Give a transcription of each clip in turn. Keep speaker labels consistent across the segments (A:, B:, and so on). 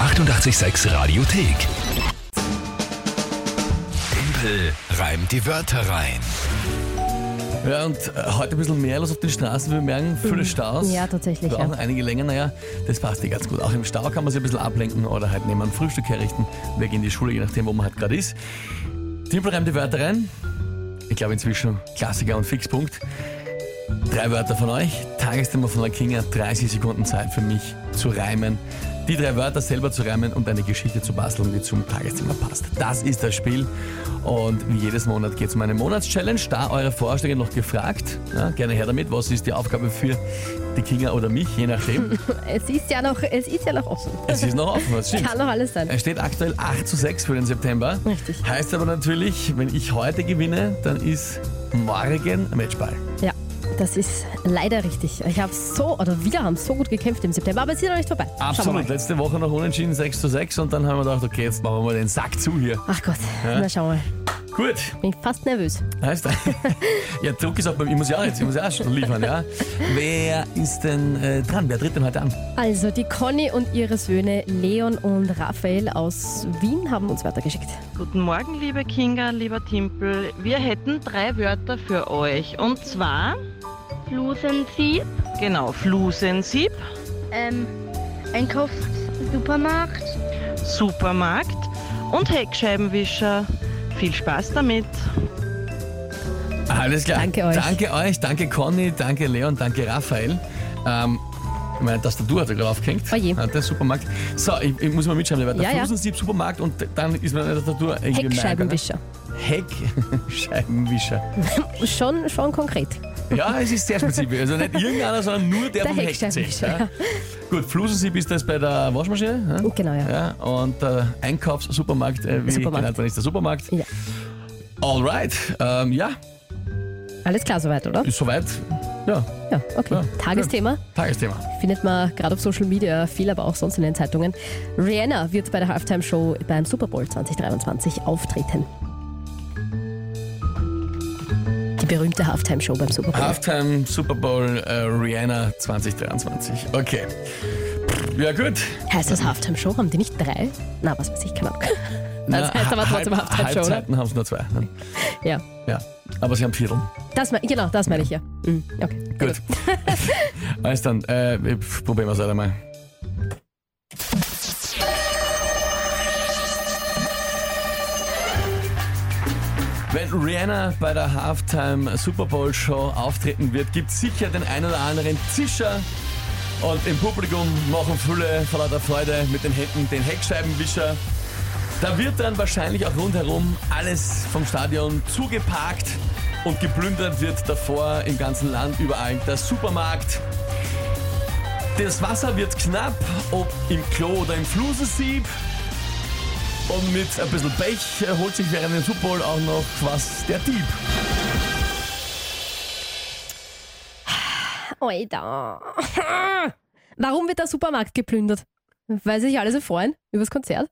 A: 886 Radiothek. Tempel reimt die Wörter rein.
B: Ja, und äh, heute ein bisschen mehr los auf den Straßen. Wir merken, viele Staus.
C: Mhm. Ja, tatsächlich,
B: Brauchen
C: ja.
B: einige länger. Naja, das passt eh ganz gut. Auch im Stau kann man sich ein bisschen ablenken oder halt neben einem Frühstück herrichten, weg in die Schule, je nachdem, wo man halt gerade ist. Timpel reimt die Wörter rein. Ich glaube inzwischen Klassiker und Fixpunkt. Drei Wörter von euch. Tagesthema von La Kinga. 30 Sekunden Zeit für mich zu reimen. Die drei Wörter selber zu reimen und eine Geschichte zu basteln, die zum Tagesthema passt. Das ist das Spiel. Und wie jedes Monat geht es um eine Monatschallenge. Da eure Vorschläge noch gefragt. Ja, gerne her damit. Was ist die Aufgabe für die Kinga oder mich, je nachdem.
C: Es ist ja noch, es ist ja noch offen.
B: Es ist noch offen, das stimmt. Äh.
C: Kann noch alles sein.
B: Es steht aktuell 8 zu 6 für den September.
C: Richtig.
B: Heißt aber natürlich, wenn ich heute gewinne, dann ist morgen Matchball.
C: Ja, das ist leider richtig. Ich habe so, oder wir haben so gut gekämpft im September, aber es ist noch nicht vorbei. Schauen wir
B: Absolut.
C: mal.
B: Letzte Woche noch unentschieden 6 zu 6 und dann haben wir gedacht, okay, jetzt machen wir mal den Sack zu hier.
C: Ach Gott, na schauen wir mal.
B: Gut,
C: Bin fast nervös.
B: heißt Ja, Druck ist auch bei mir. Ich muss ja auch jetzt, ich muss ja auch schon liefern, ja. Wer ist denn äh, dran? Wer tritt denn heute an?
C: Also, die Conny und ihre Söhne Leon und Raphael aus Wien haben uns weitergeschickt.
D: Guten Morgen, liebe Kinga, lieber Timpel. Wir hätten drei Wörter für euch. Und zwar,
E: Flusensieb,
D: genau, Flusensieb,
E: ähm, Einkaufssupermarkt,
D: Supermarkt und Heckscheibenwischer. Viel Spaß damit.
B: Alles klar.
C: Danke euch.
B: Danke euch, danke Conny, danke Leon, danke Raphael. Ähm, meine Tastatur hat er gerade aufgehängt.
C: Oje.
B: Hat der Supermarkt. So, ich, ich muss mal mitschreiben. Der
C: Oh Ja, ja.
B: Flusensieb, Supermarkt und dann ist meine Tastatur irgendwie
C: Heckscheibenwischer.
B: Heckscheibenwischer.
C: Schon, schon konkret.
B: Ja, es ist sehr spezifisch. Also nicht irgendeiner, sondern nur der,
C: Der
B: vom Heck zählt.
C: Heckscheibenwischer,
B: Ja. Gut, Flusensieb ist das bei der Waschmaschine. Ja?
C: Genau, ja.
B: Ja, und äh, Einkaufssupermarkt, äh, wie
C: Supermarkt.
B: genannt worden ist, der Supermarkt.
C: Ja.
B: Alright, ähm, ja,
C: Alles klar soweit, oder?
B: ist soweit. Ja,
C: Ja, okay.
B: Ja.
C: Tagesthema
B: Tagesthema.
C: findet man gerade auf Social Media viel, aber auch sonst in den Zeitungen. Rihanna wird bei der Halftime-Show beim Super Bowl 2023 auftreten. Die berühmte Halftime-Show beim Super Bowl.
B: Halftime Super Bowl äh, Rihanna 2023. Okay. Ja, gut.
C: Heißt das Halftime-Show? Haben die nicht drei? Na, was weiß ich, keine Ahnung. Das heißt aber trotzdem Halftime-Show, oder?
B: Halbzeiten haben es nur zwei. Ne?
C: Ja,
B: Ja, aber sie haben Viertel.
C: das mein, genau, das meine ich ja. Mhm, okay. Na
B: Gut. Alles dann, äh, pf, probieren wir es halt einmal. Wenn Rihanna bei der Halftime Super Bowl Show auftreten wird, gibt es sicher den einen oder anderen Zischer. Und im Publikum machen viele vor lauter Freude mit den Händen den Heckscheibenwischer. Da wird dann wahrscheinlich auch rundherum alles vom Stadion zugeparkt und geplündert wird davor im ganzen Land überall der Supermarkt. Das Wasser wird knapp, ob im Klo oder im Flusensieb. Und mit ein bisschen Pech äh, holt sich während dem Super Bowl auch noch was der Dieb.
C: Alter. Warum wird der Supermarkt geplündert? Weil sie sich alle so freuen übers Konzert?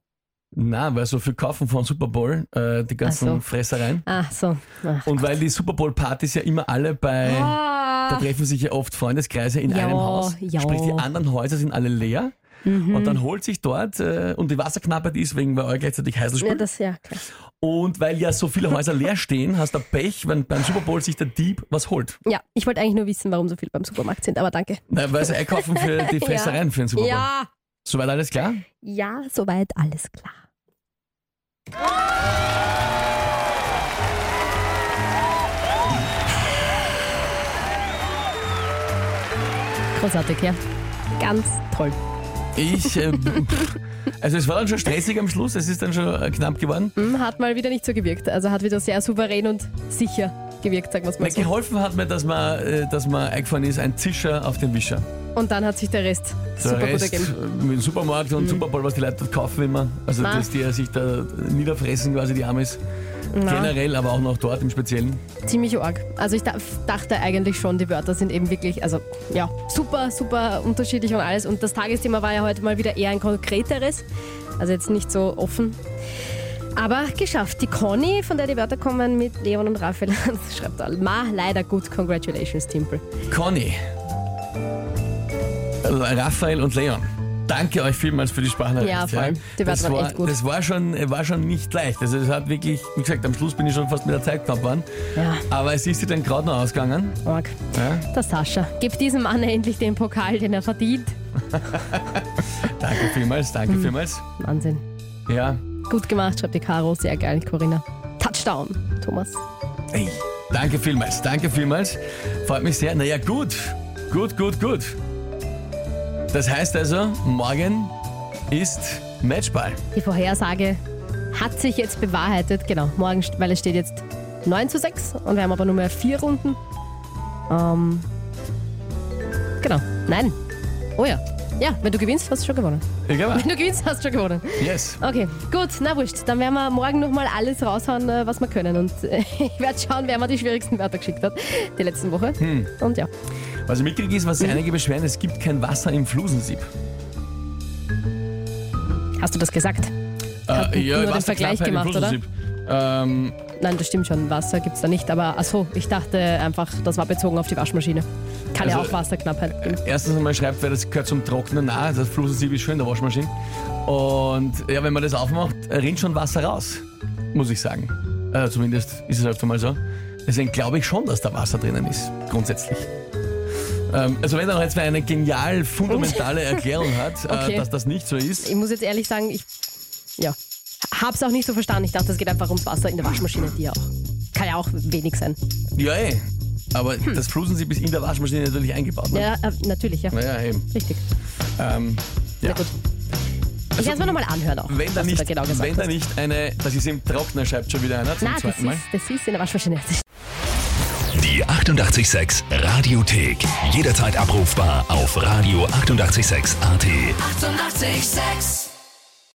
B: Na, weil so viel kaufen vom Super Bowl, äh, die ganzen
C: Ach so.
B: Fressereien.
C: Ach so. Ach.
B: Und weil die Super Bowl-Partys ja immer alle bei. Da
C: Ah.
B: treffen sich ja oft Freundeskreise in
C: Ja,
B: einem Haus.
C: ja. Mhm.
B: Sprich, die anderen Häuser sind alle leer. Und dann holt sich dort, äh, und die Wasserknappheit ist wegen bei euch gleichzeitig heißes
C: Ja,
B: Spiel.
C: das, ja, klar.
B: und weil ja so viele Häuser leer stehen, hast du Pech, wenn beim Super Bowl sich der Dieb was holt.
C: Ja, ich wollte eigentlich nur wissen, warum so viele beim Supermarkt sind, aber danke.
B: Na, weil sie einkaufen für die Fressereien für den Super Bowl.
C: Ja,
B: Soweit alles klar?
C: ja, soweit alles klar. Großartig, ja. Ganz toll.
B: Ich, äh, pff, also es war dann schon stressig am Schluss, es ist dann schon äh, knapp geworden.
C: Hm, Hat mal wieder nicht so gewirkt. Also hat wieder sehr souverän und sicher gewirkt, sagen wir es mal
B: Mir
C: so.
B: geholfen hat mir, dass man, äh, dass man eingefallen ist, ein Zischer auf den Wischer.
C: Und dann hat sich der Rest
B: Der
C: super gut
B: Rest
C: ergeben.
B: äh, mit dem Supermarkt und Super Bowl, was die Leute dort kaufen immer. Also
C: Na.
B: dass die ja sich da niederfressen quasi, die Amis. Generell, aber auch noch dort im Speziellen.
C: Ziemlich arg. Also ich da- dachte eigentlich schon, die Wörter sind eben wirklich, also ja, super, super unterschiedlich und alles. Und das Tagesthema war ja heute mal wieder eher ein konkreteres, also jetzt nicht so offen. Aber geschafft. Die Conny, von der die Wörter kommen mit Leon und Raphael, schreibt all. Ma, leider gut. Congratulations, Timpel.
B: Conny, Raphael und Leon. danke euch vielmals für die Sprachnachricht.
C: Ja, voll. Die
B: das
C: waren
B: war,
C: echt gut.
B: Das war schon, war schon nicht leicht. Also es hat wirklich, wie gesagt, am Schluss bin ich schon fast mit der Zeit knapp geworden.
C: Ja,
B: Aber es ist sie dann gerade noch ausgegangen.
C: arg.
B: Ja.
C: Der Sascha. Gib diesem Mann endlich den Pokal, den er verdient.
B: Danke vielmals, danke
C: Mhm.
B: vielmals.
C: Wahnsinn.
B: Ja.
C: Gut gemacht, schreibt die Caro. Sehr geil, Corinna. Touchdown, Thomas.
B: Ey, danke vielmals, danke vielmals. Freut mich sehr. Naja, gut. Gut, gut, gut. Das heißt also, morgen ist Matchball.
C: Die Vorhersage hat sich jetzt bewahrheitet. Genau, morgen, st- weil es steht jetzt 9 zu 6 und wir haben aber nur mehr vier Runden. Ähm, genau, nein. Oh ja. Ja, wenn du gewinnst, hast du schon gewonnen.
B: Egal.
C: Wenn du gewinnst, hast du schon gewonnen.
B: Yes.
C: Okay, gut, na wurscht. Dann werden wir morgen nochmal alles raushauen, äh, was wir können. Und äh, ich werde schauen, wer mir die schwierigsten Wörter geschickt hat, die letzten Woche. Und ja,
B: Was ich mitkriege, ist, was
C: Mhm.
B: sich einige beschweren, es gibt kein Wasser im Flusensieb.
C: hast du das gesagt?
B: Äh,
C: nur den Vergleich
B: Wasserknappheit im
C: gemacht, oder?
B: Flusensieb. Ähm,
C: Nein, das stimmt schon. Wasser gibt es da nicht. Aber ach so, ich dachte einfach, das war bezogen auf die Waschmaschine. Kann ja
B: Also,
C: auch Wasserknappheit geben.
B: erstens einmal schreibt, wer das gehört zum Trocknen nahe, das Flusensieb ist schön in der Waschmaschine. Und ja, wenn man das aufmacht, rinnt schon Wasser raus, muss ich sagen. Äh, zumindest ist es öfter mal so. Deswegen glaube ich schon, dass da Wasser drinnen ist, grundsätzlich. Ähm, also wenn da noch jetzt wer eine genial fundamentale Erklärung hat,
C: Okay.
B: äh, dass das nicht so ist.
C: Ich muss jetzt ehrlich sagen, ich ja, hab's auch nicht so verstanden. Ich dachte, es geht einfach ums Wasser in der Waschmaschine, die ja auch. Kann ja auch wenig sein.
B: Ja,
C: eh.
B: ey. Aber das Flusensieb ist in der Waschmaschine natürlich eingebaut. Ne?
C: Hm. Ja, äh, natürlich, ja.
B: Naja, eben.
C: Richtig.
B: Ähm,
C: Na
B: ja. Also,
C: gut. Ich werde es mir nochmal anhören auch.
B: Wenn da
C: was du
B: nicht,
C: da genau gesagt
B: wenn da
C: hast.
B: nicht eine, das ist im Trockner, schreibt schon wieder einer zum
C: Nein, das
B: zweiten Mal.
C: ist, das ist in der Waschmaschine. Das ist-
A: Die 886 Radiothek. Jederzeit abrufbar auf radio886.at. 886!
F: 886